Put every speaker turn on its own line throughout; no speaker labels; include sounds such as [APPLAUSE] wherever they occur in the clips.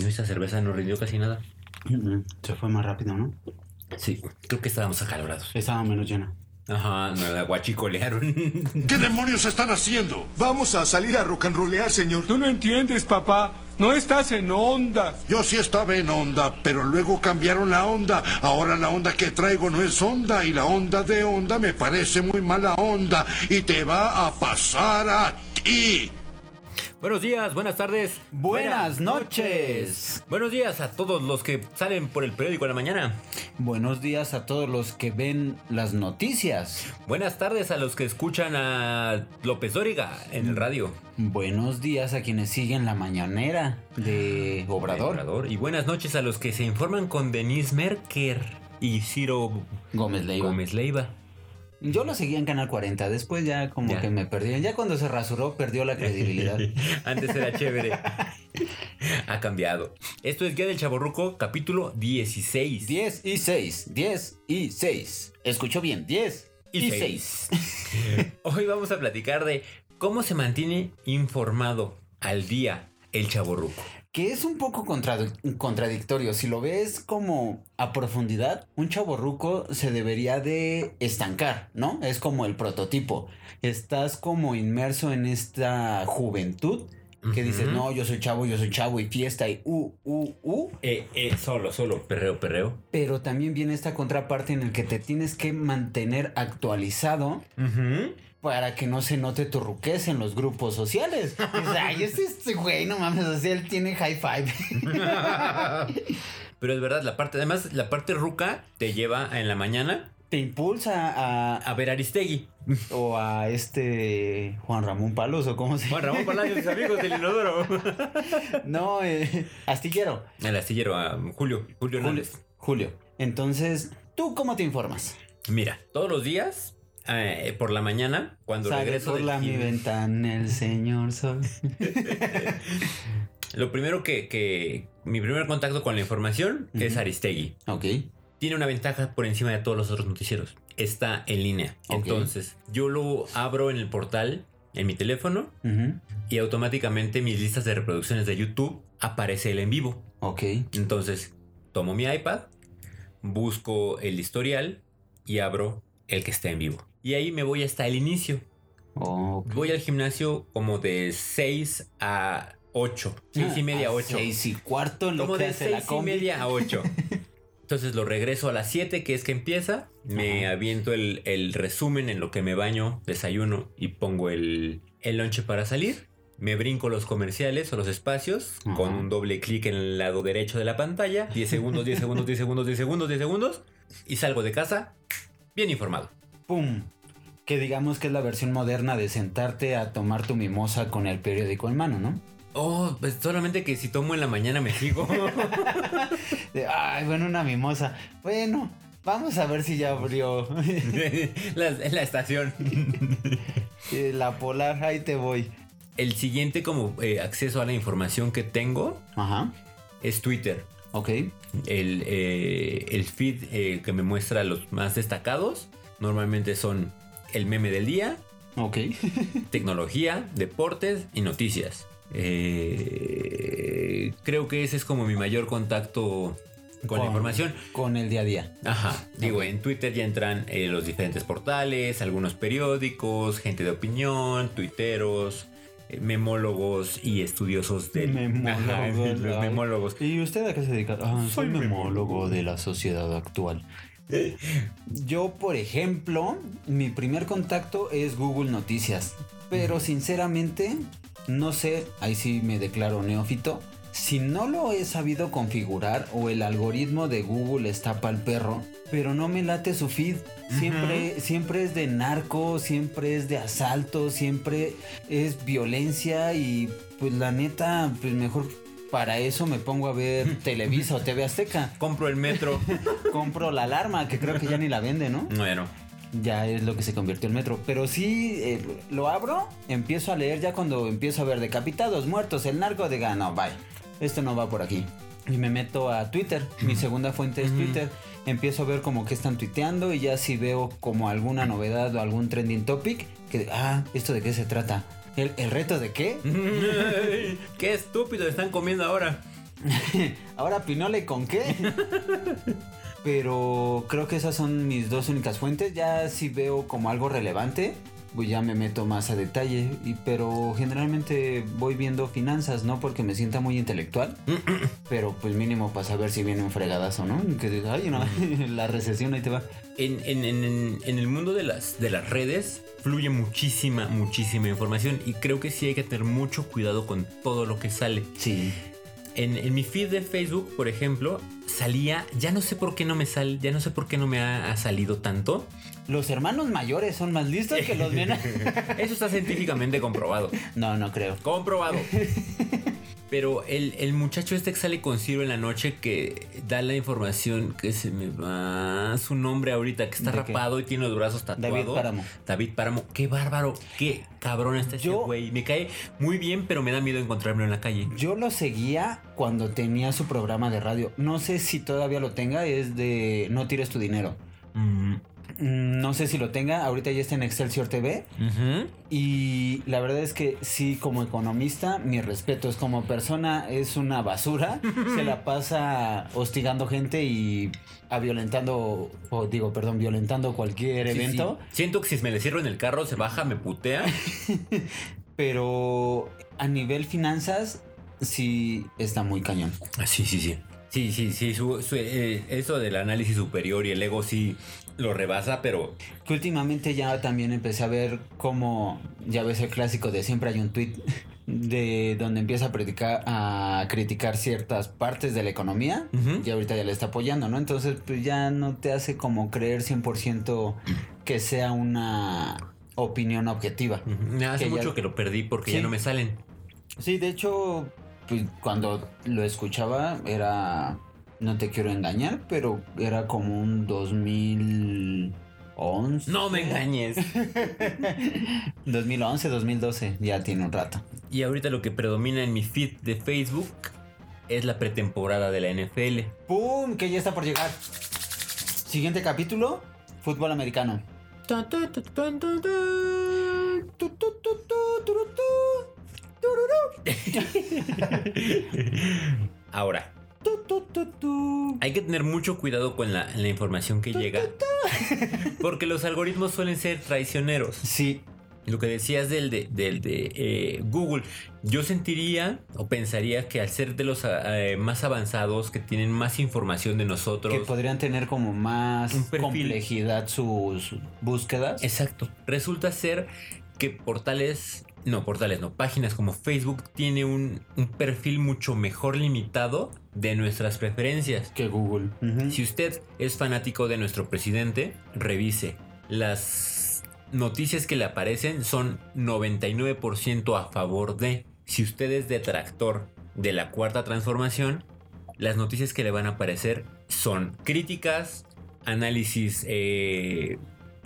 No, esa cerveza no rindió casi nada.
Se fue más rápido, ¿no?
Sí, creo que estábamos acalorados.
Estaba menos llena.
Ajá, nos la guachicolearon.
¿Qué demonios están haciendo?
Vamos a salir a rock and rollear, señor.
Tú no entiendes, papá. No estás en onda.
Yo sí estaba en onda, pero luego cambiaron la onda. Ahora la onda que traigo no es onda y la onda de onda me parece muy mala onda y te va a pasar a ti.
[LAUGHS] Buenos días, buenas tardes.
Buenas noches.
Buenos días a todos los que salen por el periódico a la mañana.
Buenos días a todos los que ven las noticias.
Buenas tardes a los que escuchan a López Dóriga en el radio.
Buenos días a quienes siguen la mañanera de Obrador.
Obrador. Y buenas noches a los que se informan con Denise Merker y Ciro
Gómez Leiva.
Gómez Leiva.
Yo lo seguía en Canal 40, después ya como
Ya.
que me perdí. Ya cuando se rasuró perdió la
[LAUGHS]
credibilidad.
Antes era
[LAUGHS]
chévere. ha cambiado. Esto es Guía del Chaborruco, capítulo 16.
10 y 6, 10 y 6. Escuchó bien, 10 y 6.
[LAUGHS] Hoy vamos a platicar de cómo se mantiene informado al día el chaborruco.
Que es un poco contra- contradictorio. Si lo ves como a profundidad, un chaborruco se debería de estancar, ¿no? Es como el prototipo. Estás como inmerso en esta juventud que dices,
Ujú.
no, yo soy chavo, yo soy chavo y fiesta y uh, uh, uh.
Eh, eh, solo, solo. Perreo, perreo.
Pero también viene esta contraparte en el que te tienes que mantener actualizado para que no se note tu ruquez en los grupos sociales. Dices, Ay, este, este güey, no mames, o sea, él tiene high
[LAUGHS]
five. [LAUGHS]
Pero es verdad, la parte, además, la parte ruca te lleva en la mañana
Te impulsa a,
a ver Aristegui.
O a este Juan Ramón Palos o cómo se
Juan Ramón Palacios y sus amigos del Inodoro.
No, eh, Astillero.
El astillero [LAUGHS] a Julio. Julio
Julio.
Hernández.
Julio. Entonces, ¿tú cómo te informas?
Mira, todos los días, eh, por la mañana, cuando
Sale
regreso
por
del
la mi
gim-
ventana el señor sol.
Lo primero que, que- mi primer contacto con la información es
Ujú.
Aristegui.
Ok.
Tiene una ventaja por encima de todos los otros noticieros. Está en línea.
Ok.
Entonces, yo lo abro en el portal, en mi teléfono,
Ujú.
y automáticamente mis listas de reproducciones de YouTube aparece el en vivo.
Ok.
Entonces, tomo mi iPad, busco el historial y abro el que está en vivo. Y ahí me voy hasta el inicio.
Ok.
Voy al gimnasio como de 6 a 8. 6 y media,
A
8.
Ah, Seis y cuarto lo
Como
que
de
hace la
6 y
combi.
media a 8. [LAUGHS] Entonces lo regreso a las 7, que es que empieza. Me aviento el, el resumen en lo que me baño, desayuno y pongo el, el lonche para salir. Me brinco los comerciales o los espacios
Ajá.
con un doble clic en el lado derecho de la pantalla. 10 segundos, 10 segundos, 10 segundos, 10 segundos, 10 segundos. Y salgo de casa bien informado.
¡Pum! Que digamos que es la versión moderna de sentarte a tomar tu mimosa con el periódico en mano, ¿no?
Oh, pues solamente que si tomo en la mañana me sigo. [LAUGHS]
De, Ay, bueno, una mimosa. Bueno, vamos a ver si ya abrió. [LAUGHS]
la, la estación.
Eh, La polar, ahí te voy.
El siguiente como eh, acceso a la información que tengo
Ajá.
es Twitter.
Ok.
El, eh, el feed eh, que me muestra los más destacados normalmente son el meme del día,
[LAUGHS] Ok.
tecnología, deportes y noticias. Eh, creo que ese es como mi mayor contacto con, la información.
Con el día a día.
Ajá, digo, en Twitter ya entran eh, los diferentes portales, algunos periódicos, gente de opinión, tuiteros, eh, memólogos y estudiosos de...
Memólogos, [LAUGHS] ay.
memólogos.
¿Y usted a qué se dedica? Ah, soy memólogo de la sociedad actual. Yo, por ejemplo, mi primer contacto es Google Noticias. Pero sinceramente, no sé, ahí sí me declaro neófito. Si no lo he sabido configurar o el algoritmo de Google está pa'l perro, pero no me late su feed. Siempre, siempre es de narco, siempre es de asalto, siempre es violencia y pues la neta, pues mejor para eso me pongo a ver Televisa o TV Azteca.
Compro el metro.
Compro la alarma, que creo que ya ni la vende, ¿no?
bueno.
Ya es lo que se convirtió en metro. Pero sí, eh, lo abro, empiezo a leer ya cuando empiezo a ver decapitados, muertos, el narco de gano, bye. Esto no va por aquí. Y me meto a Twitter. Mi segunda fuente es Twitter. Empiezo a ver como que están tuiteando y ya si veo como alguna novedad o algún trending topic, que, ah, ¿esto de qué se trata? ¿El, el reto de qué?
Ay, ¡Qué estúpido están comiendo ahora!
[LAUGHS] Ahora Pinole con qué. Pero creo que esas son mis dos únicas fuentes. Ya si veo como algo relevante, pues ya me meto más a detalle. Y, pero generalmente voy viendo finanzas, no porque me sienta muy intelectual, pero pues mínimo para saber si viene un fregadazo, ¿no? Que diga, ay, no, [LAUGHS] la recesión ahí te va.
En, en- en- en- en el mundo de las, de las redes fluye muchísima, muchísima información y creo que sí hay que tener mucho cuidado con todo lo que sale.
Sí.
En, en mi feed de Facebook, por ejemplo, salía, ya no sé por qué no me sal, ya no sé por qué no me ha, ha salido tanto.
Los hermanos mayores son más listos que los menores.
Eso está científicamente comprobado.
[LAUGHS] No, no creo. [LAUGHS]
Comprobado. Pero el, el muchacho este que sale con Ciro en la noche que da la información que se me va su nombre ahorita, que está
¿De qué?
rapado y tiene los brazos tatuados.
David Páramo.
David Páramo. Qué bárbaro, qué cabrón está este
Yo-
güey. Me cae muy bien, pero me da miedo encontrarme en la calle.
Yo lo seguía cuando tenía su programa de radio. No sé si todavía lo tenga, es de No tires tu dinero.
Mm,
Mm, No sé si lo tenga, ahorita ya está en Excelsior TV.
ujú.
Y la verdad es que sí, como economista, mis respetos. Como persona es una
[LAUGHS]
basura. Se la pasa hostigando gente y a violentando, o digo, perdón, violentando cualquier
Sí,
evento.
sí. Siento que si me le cierro en el carro, se baja, me
[LAUGHS]
putea.
Pero a nivel finanzas, sí está muy cañón.
Ah, Sí, sí, sí. Sí, sí, sí. su- su- eh, eso del análisis superior y el ego sí lo rebasa, pero
Que últimamente ya también empecé a ver como, ya ves el clásico de siempre hay un tweet [LAUGHS] de donde empieza a predicar, a criticar ciertas partes de la economía
Ujú.
y ahorita ya le está apoyando, ¿no? Entonces pues ya no te hace como creer 100% que sea una opinión objetiva.
Me hace
Que ya-
mucho que lo perdí porque ya
Sí.
no me salen.
Sí, de hecho, pues, cuando lo escuchaba era, no te quiero engañar, pero era como un 2011.
No me engañes.
2011, 2012, ya tiene un rato.
Y ahorita lo que predomina en mi feed de Facebook es la pretemporada de la NFL.
¡Pum! Que ya está por llegar. Siguiente capítulo, fútbol americano. Tu, tu, tu, tu, turu, tu, tururú,
Ahora,
tu, tu, tu, tu.
hay que tener mucho cuidado con la, la información que llega. [LAUGHS] Porque los algoritmos suelen ser traicioneros.
Sí,
Lo que decías del de, del de eh, Google, yo sentiría o pensaría que al ser de los eh, más avanzados, que tienen más información de
que
nosotros,
podrían tener como más
Un perfil.
complejidad sus búsquedas.
Exacto. Resulta ser que portales, no, portales, no, páginas como Facebook tiene un, un perfil mucho mejor limitado de nuestras preferencias.
que Google. Ujú.
Si usted es fanático de nuestro presidente, revise. Las noticias que le aparecen son 99% a favor de. Si usted es detractor de la cuarta transformación, las noticias que le van a aparecer son críticas, análisis eh,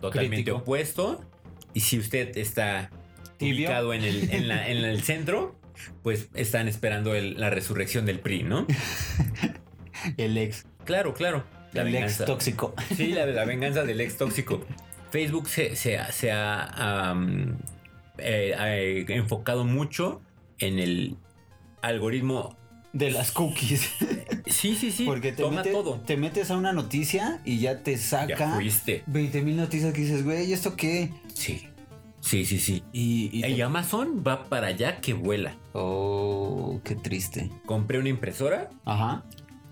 totalmente
Crítico.
opuesto. Y si usted está
Tibio.
ubicado en el, en la- en el centro, pues están esperando el- la resurrección del PRI, ¿no?
[LAUGHS] El ex,
Claro, claro. La
el ex
venganza.
tóxico.
Sí, la, la venganza del ex tóxico. Facebook se, se ha- se ha am, eh, eh, enfocado mucho en el algoritmo.
De las cookies.
Sí, sí, sí.
Porque te,
toma
mete-
todo.
te metes a una noticia y ya te
Ya
saca
fuiste.
20 mil noticias que dices, güey, ¿y esto qué?
Sí. Sí, sí, sí.
Y, y
Y,
te-
Amazon va para allá que vuela.
Oh, qué triste.
Compré una impresora.
Ajá.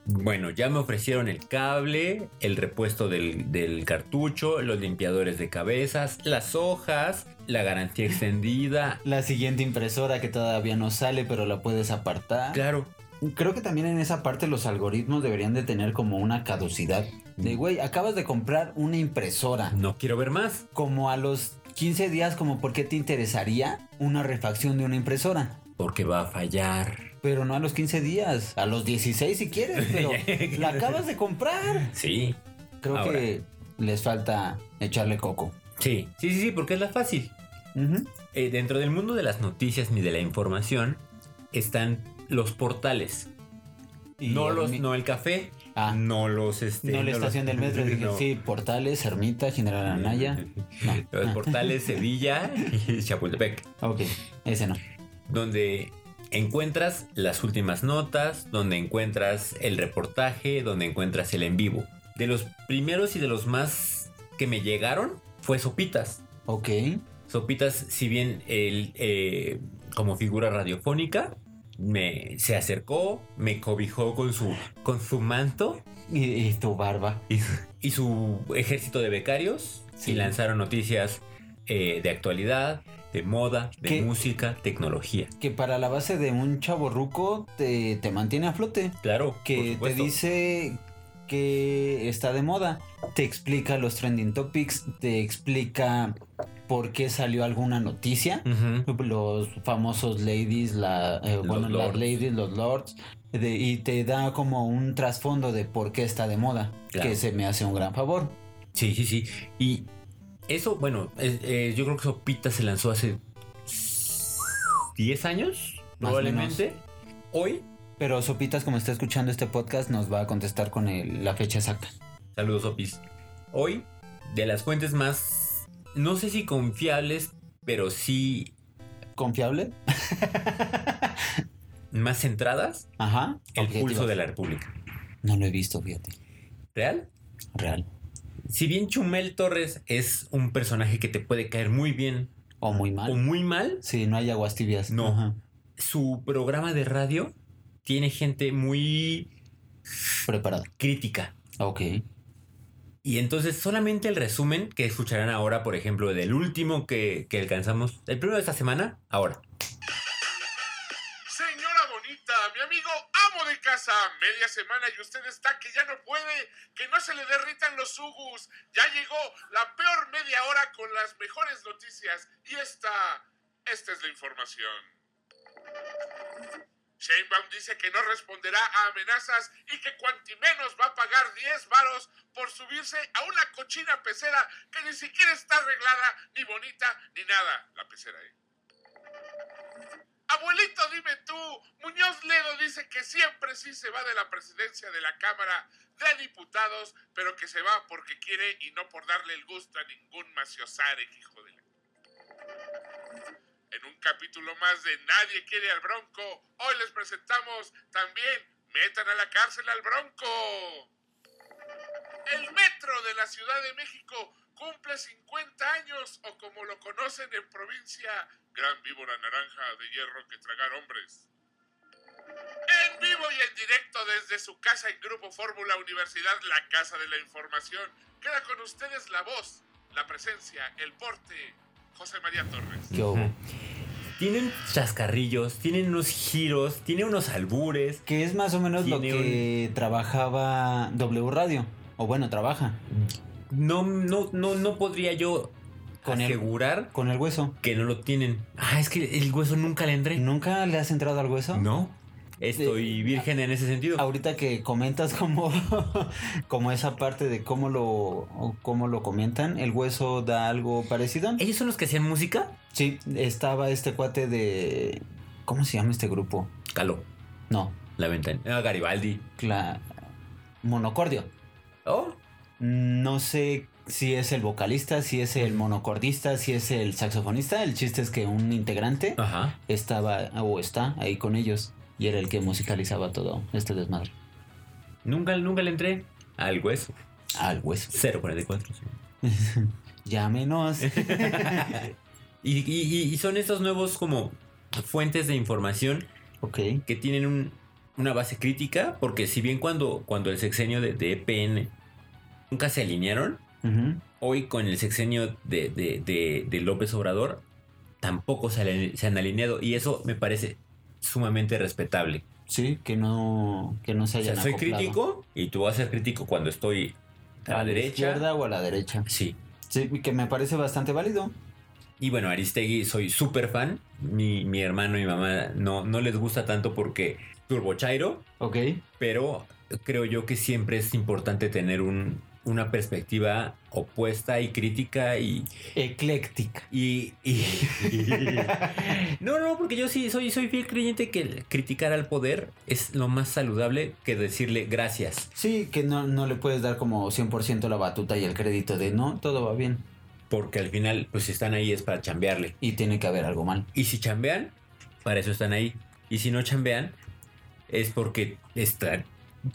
Bueno, ya me ofrecieron el cable, el repuesto del, del cartucho, los limpiadores de cabezas, las hojas, la garantía extendida.
La siguiente impresora que todavía no sale, pero la puedes apartar.
Claro,
Creo que también en esa parte los algoritmos deberían de tener como una caducidad. De, güey, acabas de comprar una impresora.
no quiero ver más.
Como a los 15 días, como por qué te interesaría una refacción de una impresora.
Porque va a fallar.
Pero no a los 15 días, a los 16 si
[LAUGHS]
quieres, pero la acabas de comprar.
Sí.
Creo
Ahora.
que les falta echarle coco.
Sí. Sí, sí, sí, porque es la fácil.
Ujú.
Eh, dentro del mundo de las noticias ni de la información están los portales.
Y
no,
el
los,
mi-
no el café,
Ah.
no los... Este,
No la
los- [LAUGHS]
estación del metro, dije,
no.
sí, Portales, Ermita, General Anaya. [LAUGHS]
Los portales Sevilla y Chapultepec.
Ok, ese no.
donde encuentras las últimas notas, donde encuentras el reportaje, donde encuentras el en vivo. De los primeros y de los más que me llegaron fue Sopitas.
Ok,
Sopitas, si bien él eh, como figura radiofónica, me, se acercó, me cobijó con su, con su manto
y, y tu barba.
y su ejército de becarios
Sí.
y lanzaron noticias eh, de actualidad, de moda, de
¿Qué?
música, tecnología.
Que para la base de un chaborruco te, te mantiene a flote.
Claro, por
Que te
supuesto.
dice que está de moda. Te explica los trending topics. Te explica por qué salió alguna noticia.
Ujú.
los famosos ladies, la, eh,
Los
bueno, las
lords.
ladies, los lords, de- y te da como un trasfondo de por qué está de moda,
Claro.
que se me hace un gran favor.
Sí, sí, sí. Y eso, bueno, es- eh, yo creo que Sopita se lanzó hace 10 años,
Más o menos.
probablemente. Hoy,
Pero Sopitas, como está escuchando este podcast, nos va a contestar con el- la fecha exacta.
saludos Sopis. Hoy, de las fuentes más, no sé si confiables, pero sí
¿Confiable?
más centradas,
Ajá.
el
Objetiva.
pulso de la República.
No lo he visto, fíjate.
¿Real?
Real.
Si bien Chumel Torres es un personaje que te puede caer muy bien
O muy mal.
o muy mal,
Sí, no hay aguas tibias.
Ah, No.
Ajá.
su programa de radio tiene gente muy
Preparado.
crítica.
Ok.
Y entonces solamente el resumen que escucharán ahora, por ejemplo, del último que, que alcanzamos, el primero de esta semana, ahora.
Señora bonita, mi amigo amo de casa, media semana y usted está que ya no puede, que no se le derritan los sugus. Ya llegó la peor media hora con las mejores noticias y esta, esta es la información. Sheinbaum dice que no responderá a amenazas y que cuantimenos va a pagar 10 varos por subirse a una cochina pecera que ni siquiera está arreglada, ni bonita, ni nada. La pecera, ¿eh? Abuelito, dime tú. Muñoz Ledo dice que siempre sí se va de la presidencia de la Cámara de Diputados, pero que se va porque quiere y no por darle el gusto a ningún maciosare, hijo de la... En un capítulo más de Nadie quiere al Bronco, hoy les presentamos también Metan a la cárcel al Bronco. El metro de la Ciudad de México cumple 50 años o como lo conocen en provincia, gran víbora naranja de hierro que tragar hombres. En vivo y en directo desde su casa en Grupo Fórmula Universidad, la Casa de la Información, queda con ustedes la voz, la presencia, el porte, José María Torres.
¿Qué hubo?
Ujú. Tienen chascarrillos, tienen unos giros, tienen unos albures.
Que es más o menos lo
Tiene
que trabajaba W Radio. O bueno, trabaja.
No, no, no, no podría yo
Con el-
asegurar
Con el hueso.
que no lo tienen. Ah, es que el hueso nunca le entré.
¿Nunca le has entrado al hueso?
No. Estoy virgen en ese sentido.
Ahorita que comentas como, [LAUGHS] como esa parte de cómo lo, cómo lo comentan, el hueso da algo parecido.
¿Ellos son los que hacían música?
Sí, estaba este cuate de... ¿Cómo se llama este grupo?
Caló,
No,
la ventana. Ah, Garibaldi.
la... Monocordio.
Oh,
No sé si es el vocalista, si es el monocordista, si es el saxofonista. El chiste es que un integrante
ajá.
estaba o está ahí con ellos y era el que musicalizaba todo este desmadre.
Nunca, nunca le entré al hueso.
Al hueso.
044. sí. [LAUGHS]
Llámenos.
Y, y- y- y son estos nuevos como fuentes de información
ok.
que tienen un- una base crítica, porque si bien cuando, cuando el sexenio de, de EPN nunca se alinearon,
Ujú.
hoy con el sexenio de, de- de- de López Obrador tampoco se, aline- se han alineado y eso me parece sumamente respetable.
Sí, que no, que no se
O sea,
hayan
soy
acoplado.
crítico y tú vas a ser crítico cuando estoy a la, derecha.
izquierda o a la derecha.
Sí,
Sí, que me parece bastante válido.
Y bueno, Aristegui, soy súper fan. Mi, mi hermano y mi mamá no, no les gusta tanto porque Turbo Chairo,
Ok.
pero creo yo que siempre es importante tener un, una perspectiva opuesta y crítica y...
Ecléctica.
y, y- [LAUGHS] no, no, porque yo sí soy, soy fiel creyente que el criticar al poder es lo más saludable que decirle gracias.
Sí, que no, no le puedes dar como 100% la batuta y el crédito de no, todo va bien.
Porque al final, pues si están ahí es para chambearle.
Y tiene que haber algo mal.
Y si chambean, para eso están ahí. Y si no chambean, es porque están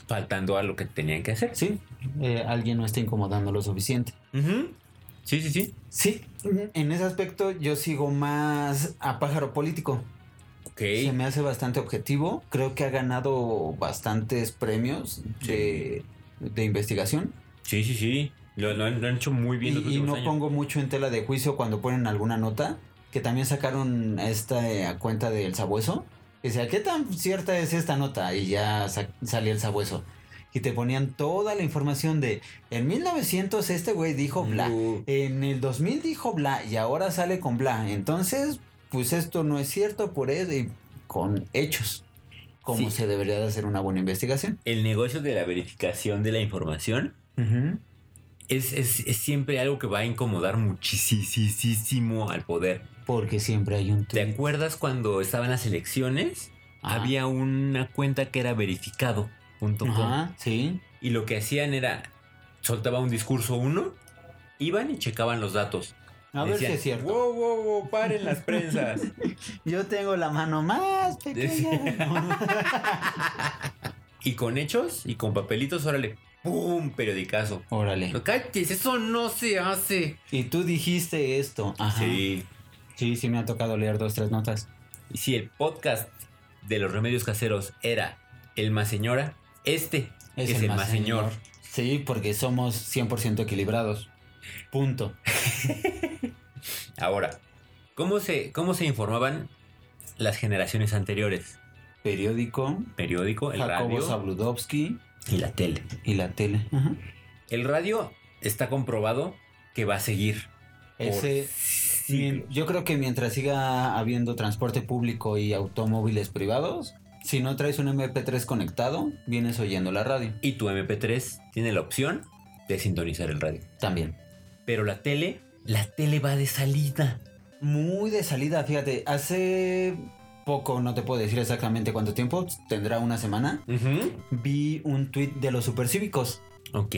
faltando a lo que tenían que hacer.
Sí, eh, alguien no está incomodando lo suficiente.
Ujú. Sí, sí, sí.
Sí, en ese aspecto yo sigo más a pájaro político.
Ok.
Se me hace bastante objetivo. Creo que ha ganado bastantes premios de, de investigación.
Sí, sí, sí. Lo, lo han, lo han hecho muy bien. los
Y, y
últimos
no
años.
pongo mucho en tela de juicio cuando ponen alguna nota, que también sacaron esta eh, a cuenta del sabueso. Que decía, ¿qué tan cierta es esta nota? Y ya sa- salía el sabueso. Y te ponían toda la información de, en 1900 este güey dijo bla,
Uh.
en el 2000 dijo bla, y ahora sale con bla. Entonces, pues esto no es cierto por eso, y con hechos. Como
Sí.
se debería de hacer una buena investigación.
El negocio de la verificación de la información es, es- es siempre algo que va a incomodar muchísimo al poder.
Porque siempre hay un
¿Te
tweet.
acuerdas cuando estaban las elecciones?
Ajá.
Había una cuenta que era verificado.com.
Ajá, sí.
Y lo que hacían era, soltaba un discurso uno, iban y checaban los datos.
A ver si
Decían,
es cierto.
Wow, wow, wow, paren las
[LAUGHS]
prensas.
Yo tengo la mano más pequeña.
y con hechos y con papelitos, órale, ¡pum! Periodicazo.
[LAUGHS] Órale.
No caches, eso no se hace.
Y tú dijiste esto. Ajá. Sí.
Sí.
sí, me ha tocado leer dos, tres notas.
Y si el podcast de los remedios caseros era el más señora, este es, el, más señor.
Sí, porque somos 100% equilibrados. Punto.
Ahora, ¿cómo se, ¿cómo se informaban las generaciones anteriores?
Periódico,
Periódico, el
Jacobo
radio
Zabludovsky
y la tele.
y la tele. Ajá.
El radio está comprobado que va a seguir. Por
Ese,
siglos.
mien- yo creo que mientras siga habiendo transporte público y automóviles privados, si no traes un MP3 conectado, vienes oyendo la radio.
Y tu MP3 tiene la opción de sintonizar el radio.
También.
Pero la tele, la tele va de salida.
Muy de salida, fíjate, hace poco, no te puedo decir exactamente cuánto tiempo, tendrá una semana, vi un tuit de los supercívicos.
Ok.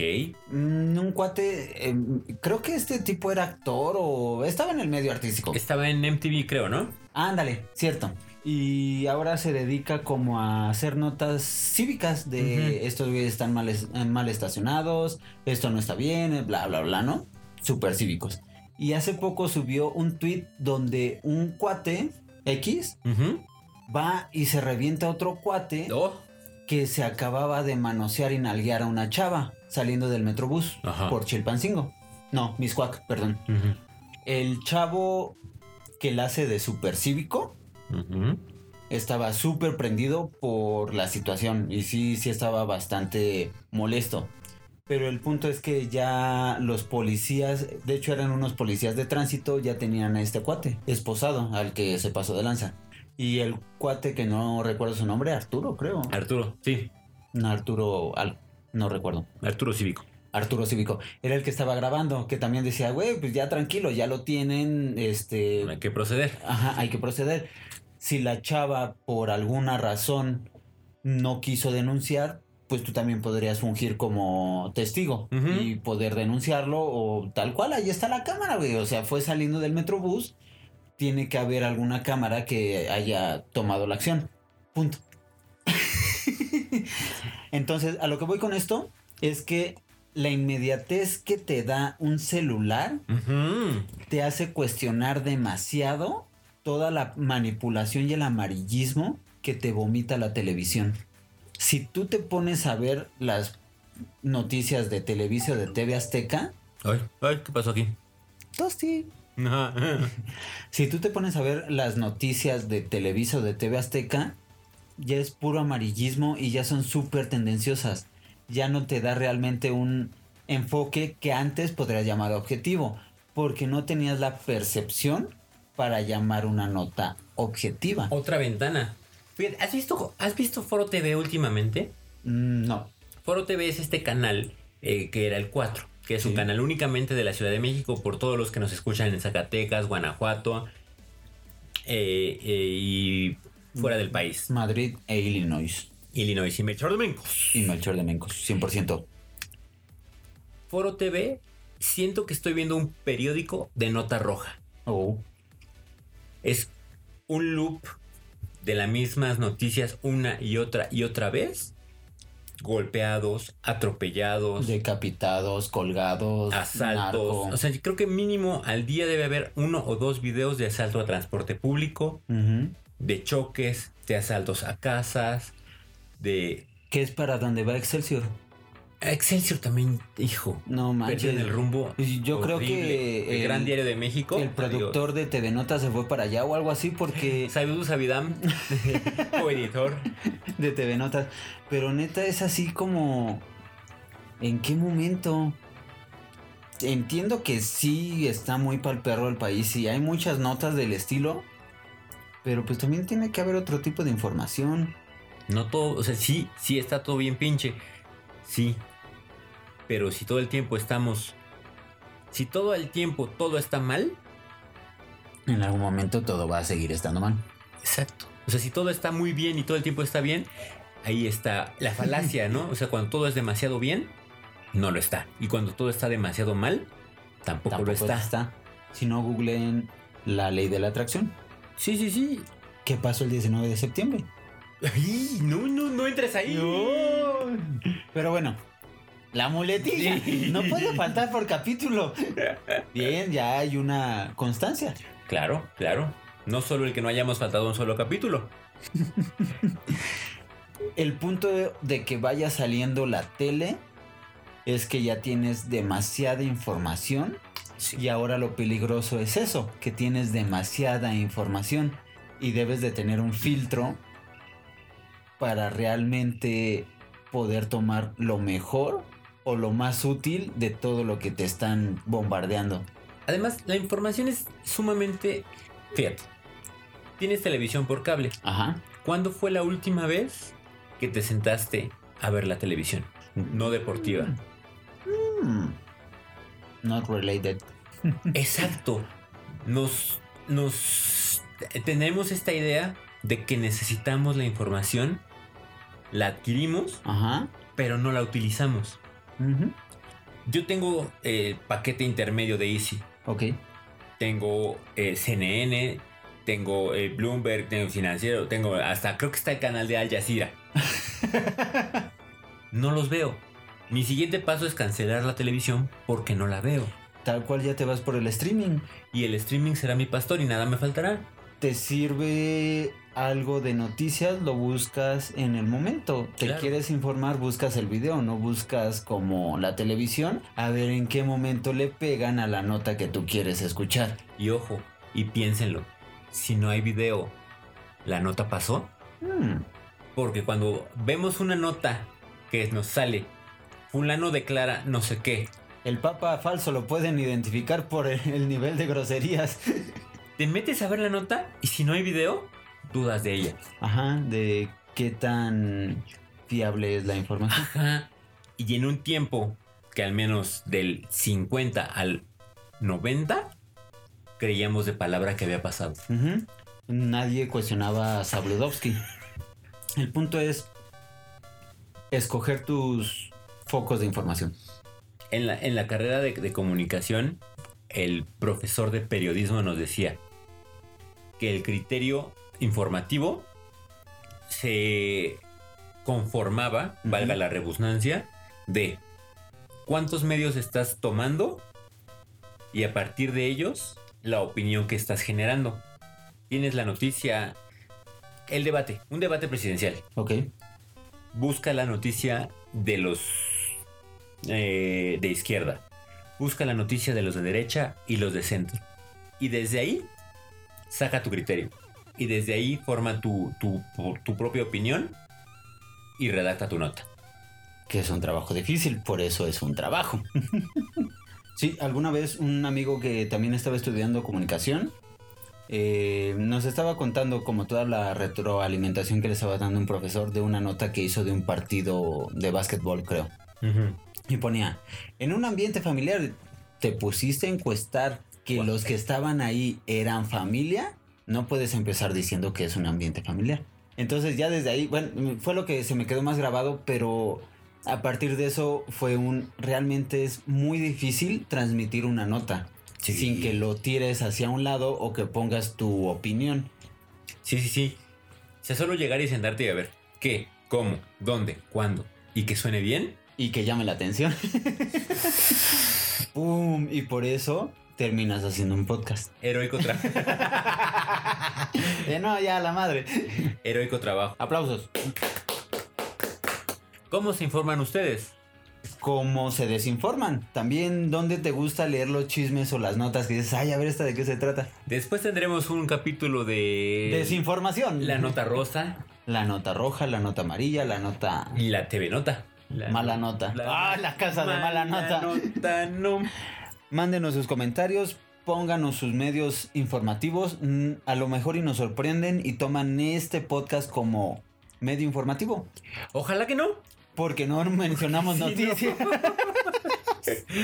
Mm, Un cuate, eh, creo que este tipo era actor o estaba en el medio artístico.
Estaba en MTV, creo, ¿no?
Ándale, cierto. Y ahora se dedica como a hacer notas cívicas de
Ujú.
estos güeyes están mal, es- mal estacionados, esto no está bien, eh, bla, bla, bla, ¿no? Super cívicos. Y hace poco subió un tweet donde un cuate X
Ujú.
va y se revienta a otro cuate
Oh.
que se acababa de manosear y nalguear a una chava saliendo del metrobús
Ajá.
por Chilpancingo. No, Miscuac, perdón.
Ujú.
El chavo que la hace de super cívico
Ujú.
estaba súper prendido por la situación y sí, sí estaba bastante molesto. Pero el punto es que ya los policías, de hecho eran unos policías de tránsito, ya tenían a este cuate esposado al que se pasó de lanza. Y el cuate que no recuerdo su nombre, Arturo creo.
Arturo, sí.
No, Arturo, algo, no recuerdo.
Arturo Cívico.
Arturo Cívico, era el que estaba grabando, que también decía, güey, pues ya tranquilo, ya lo tienen, este,
Hay que proceder.
Ajá, hay que proceder. Si la chava por alguna razón no quiso denunciar, pues tú también podrías fungir como testigo
Ujú.
y poder denunciarlo o tal cual. Ahí está la cámara, güey. O sea, fue saliendo del metrobús. Tiene que haber alguna cámara que haya tomado la acción. Punto. [LAUGHS] Entonces, a lo que voy con esto es que la inmediatez que te da un celular
Ujú.
te hace cuestionar demasiado toda la manipulación y el amarillismo que te vomita la televisión. Si tú te pones a ver las noticias de Televisa o de TV Azteca,
Ay, ay, ¿qué pasó aquí?
tosti.
Ajá.
Si tú te pones a ver las noticias de Televisa o de TV Azteca, ya es puro amarillismo y ya son súper tendenciosas. Ya no te da realmente un enfoque que antes podrías llamar objetivo, porque no tenías la percepción para llamar una nota objetiva.
Otra ventana. Fíjate, ¿Has visto, ¿Has visto Foro TV últimamente?
Mm, No.
Foro TV es este canal eh, que era el 4. que es un
Sí.
canal únicamente de la Ciudad de México, por todos los que nos escuchan en Zacatecas, Guanajuato eh, eh, y fuera del país.
Madrid e Illinois.
Illinois y Melchor Domingo.
Y Melchor de Mencos, 100%.
Foro TV, siento que estoy viendo un periódico de nota roja.
Oh,
Es un loop de las mismas noticias una y otra y otra vez. Golpeados, atropellados,
decapitados, colgados,
asaltos.
Pues, narco.
O sea, yo creo que mínimo al día debe haber uno o dos videos de asalto a transporte público,
Ujú.
de choques, de asaltos a casas, de...
¿Qué es para dónde va Excelsior?
Excelsior también, hijo.
No manches.
Perdieron el rumbo.
Y Yo creo
horrible.
que
el, Gran Diario de México.
el productor de TV Notas se fue para allá o algo así
[LAUGHS]
porque
Sabidu
[LAUGHS]
Sabidam, coeditor.
de TV Notas. Pero neta es así como... ¿En qué momento? Entiendo que sí está muy pal perro el país y hay muchas notas del estilo. Pero pues también tiene que haber otro tipo de información.
No todo, o sea, sí, sí está todo bien pinche. Sí. Pero si todo el tiempo estamos. Si todo el tiempo todo está mal.
En algún momento todo va a seguir estando mal.
Exacto. O sea, si todo está muy bien y todo el tiempo está bien, ahí está la falacia, ¿no? O sea, cuando todo es demasiado bien, no lo está. Y cuando todo está demasiado mal, tampoco,
Tampoco
lo está.
está. Si no googleen la ley de la atracción.
Sí, sí, sí.
¿Qué pasó el 19 de septiembre?
Ay, no, no, no entres ahí.
Pero bueno, la muletilla
Sí.
no puede faltar por capítulo. Bien, ya hay una constancia.
Claro, claro. No solo el que no hayamos faltado un solo capítulo.
El punto de, de que vaya saliendo la tele es que ya tienes demasiada información y ahora lo peligroso es eso, que tienes demasiada información y debes de tener un filtro para realmente poder tomar lo mejor o lo más útil de todo lo que te están bombardeando.
Además, la información es sumamente... Fíjate, tienes televisión por cable.
Ajá.
¿Cuándo fue la última vez que te sentaste a ver la televisión? No deportiva.
Hmm. Not related.
Exacto. Nos, nos tenemos esta idea de que necesitamos la información, la adquirimos,
Ajá.
pero no la utilizamos.
Ujú.
Yo tengo el paquete intermedio de Easy.
Ok.
Tengo eh, CNN, tengo eh, Bloomberg, tengo Financiero, tengo hasta creo que está el canal de Al Jazeera. no los veo. Mi siguiente paso es cancelar la televisión porque no la veo.
Tal cual ya te vas por el streaming.
Y el streaming será mi pastor y nada me faltará.
te sirve algo de noticias, lo buscas en el momento. Te
Claro.
quieres informar, buscas el video, no buscas como la televisión, a ver en qué momento le pegan a la nota que tú quieres escuchar.
Y ojo, y piénsenlo, si no hay video, ¿la nota pasó?
Hmm,
Porque cuando vemos una nota que nos sale, fulano declara no sé qué,
El papa falso lo pueden identificar por el- el nivel de groserías. [LAUGHS]
te metes a ver la nota y si no hay video, dudas de ella.
Ajá, de qué tan fiable es la información.
Ajá. Y en un tiempo que al menos del 50 al 90, creíamos de palabra que había pasado.
Ujú. Nadie cuestionaba a Sabludovsky. El punto es escoger tus focos de información.
En la, en la carrera de, de comunicación, el profesor de periodismo nos decía que el criterio informativo se conformaba,
Ujú.
valga la redundancia, de cuántos medios estás tomando y a partir de ellos la opinión que estás generando. Tienes la noticia, el debate, un debate presidencial
Ok.
busca la noticia de los eh, de izquierda, busca la noticia de los de derecha y los de centro. Y desde ahí saca tu criterio. Y desde ahí forma tu, tu, tu propia opinión y redacta tu nota.
Que es un trabajo difícil, por eso es un trabajo. [LAUGHS] sí, alguna vez un amigo que también estaba estudiando comunicación eh, nos estaba contando como toda la retroalimentación que le estaba dando un profesor de una nota que hizo de un partido de básquetbol, creo. Y ponía, en un ambiente familiar, ¿te pusiste a encuestar que los que estaban ahí eran familia? No puedes empezar diciendo que es un ambiente familiar. Entonces ya desde ahí, bueno, mm, fue lo que se me quedó más grabado, pero a partir de eso fue un, realmente es muy difícil transmitir una nota sin que lo tires hacia un lado o que pongas tu opinión.
Sí, sí, sí. O sea, solo llegar y sentarte y a ver qué, cómo, dónde, cuándo y que suene bien.
y que llame la atención. [LAUGHS] ¡Pum! Y por eso terminas haciendo un podcast.
Heroico, tra- [LAUGHS]
De Eh, no, ya la madre.
heroico trabajo.
Aplausos.
¿Cómo se informan ustedes?
¿Cómo se desinforman? También, ¿dónde te gusta leer los chismes o las notas que dices, ay, a ver esta de qué se trata?
Después tendremos un capítulo de...
Desinformación.
Eh, La nota rosa
La nota roja, la nota amarilla, la nota...
y la TV nota. La-
Mala nota. Ah, la casa de mala nota.
nota, no.
Mándenos sus comentarios, pónganos sus medios informativos. mm, A lo mejor y nos sorprenden y toman este podcast como medio informativo.
Ojalá que no.
Porque no [LAUGHS] mencionamos noticias. [LAUGHS]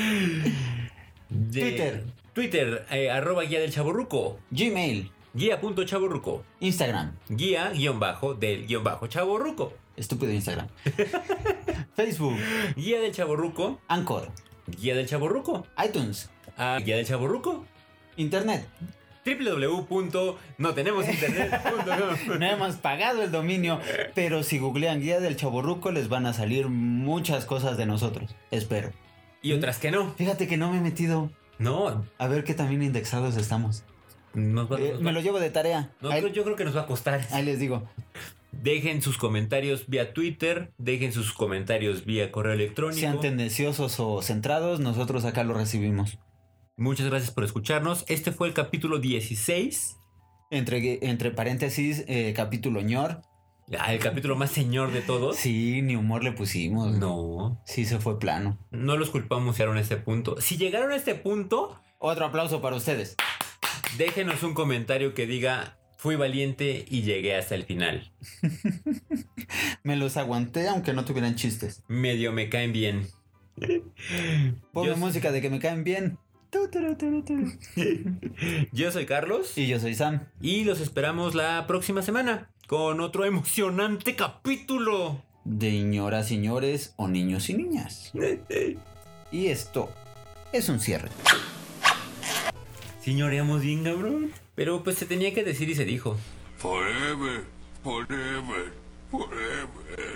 De-
Twitter.
Twitter, eh, arroba guía del chaborruco.
Gmail,
Guía.chaborruco.
Instagram,
Guía guión bajo del guión bajo chaborruco.
estúpido
[LAUGHS]
Instagram. Facebook,
Guía del chaborruco.
Anchor,
Guía del chaborruco.
iTunes,
Ah, guía del chaborruco.
Internet.
www.notenemosinternet.com
No hemos pagado el dominio, pero si googlean Guía del Chaborruco les van a salir muchas cosas de nosotros. Espero.
Y otras que no.
Fíjate que no me he metido.
No,
A ver qué también indexados estamos.
nos va,
Eh,
nos va-
me lo llevo de tarea.
no,
Ahí-
creo- yo creo que nos va a costar.
ahí les digo.
Dejen sus comentarios vía Twitter, dejen sus comentarios vía correo electrónico.
Sean tendenciosos o centrados, nosotros acá lo recibimos.
Muchas gracias por escucharnos. Este fue el capítulo 16,
Entre, entre paréntesis, eh, capítulo ñor.
ah, el capítulo más señor de todos.
Sí, ni humor le pusimos.
¿Oh? No,
Sí, se fue plano.
no los culpamos si llegaron a este punto. Si llegaron a este punto,
Otro aplauso para ustedes.
déjenos un comentario que diga, fui valiente y llegué hasta el final.
Me los aguanté aunque no tuvieran chistes.
Medio me caen bien.
Ponme
Yo-
música de que me caen bien. Tu, tu, tu, tu, tu.
Yo soy Carlos
Y yo soy Sam.
y los esperamos la próxima semana con otro emocionante capítulo.
De ñoras, señores o niños y niñas. Y esto es un cierre.
Señoreamos bien, cabrón. Pero pues se tenía que decir y se dijo.
Forever, forever, forever.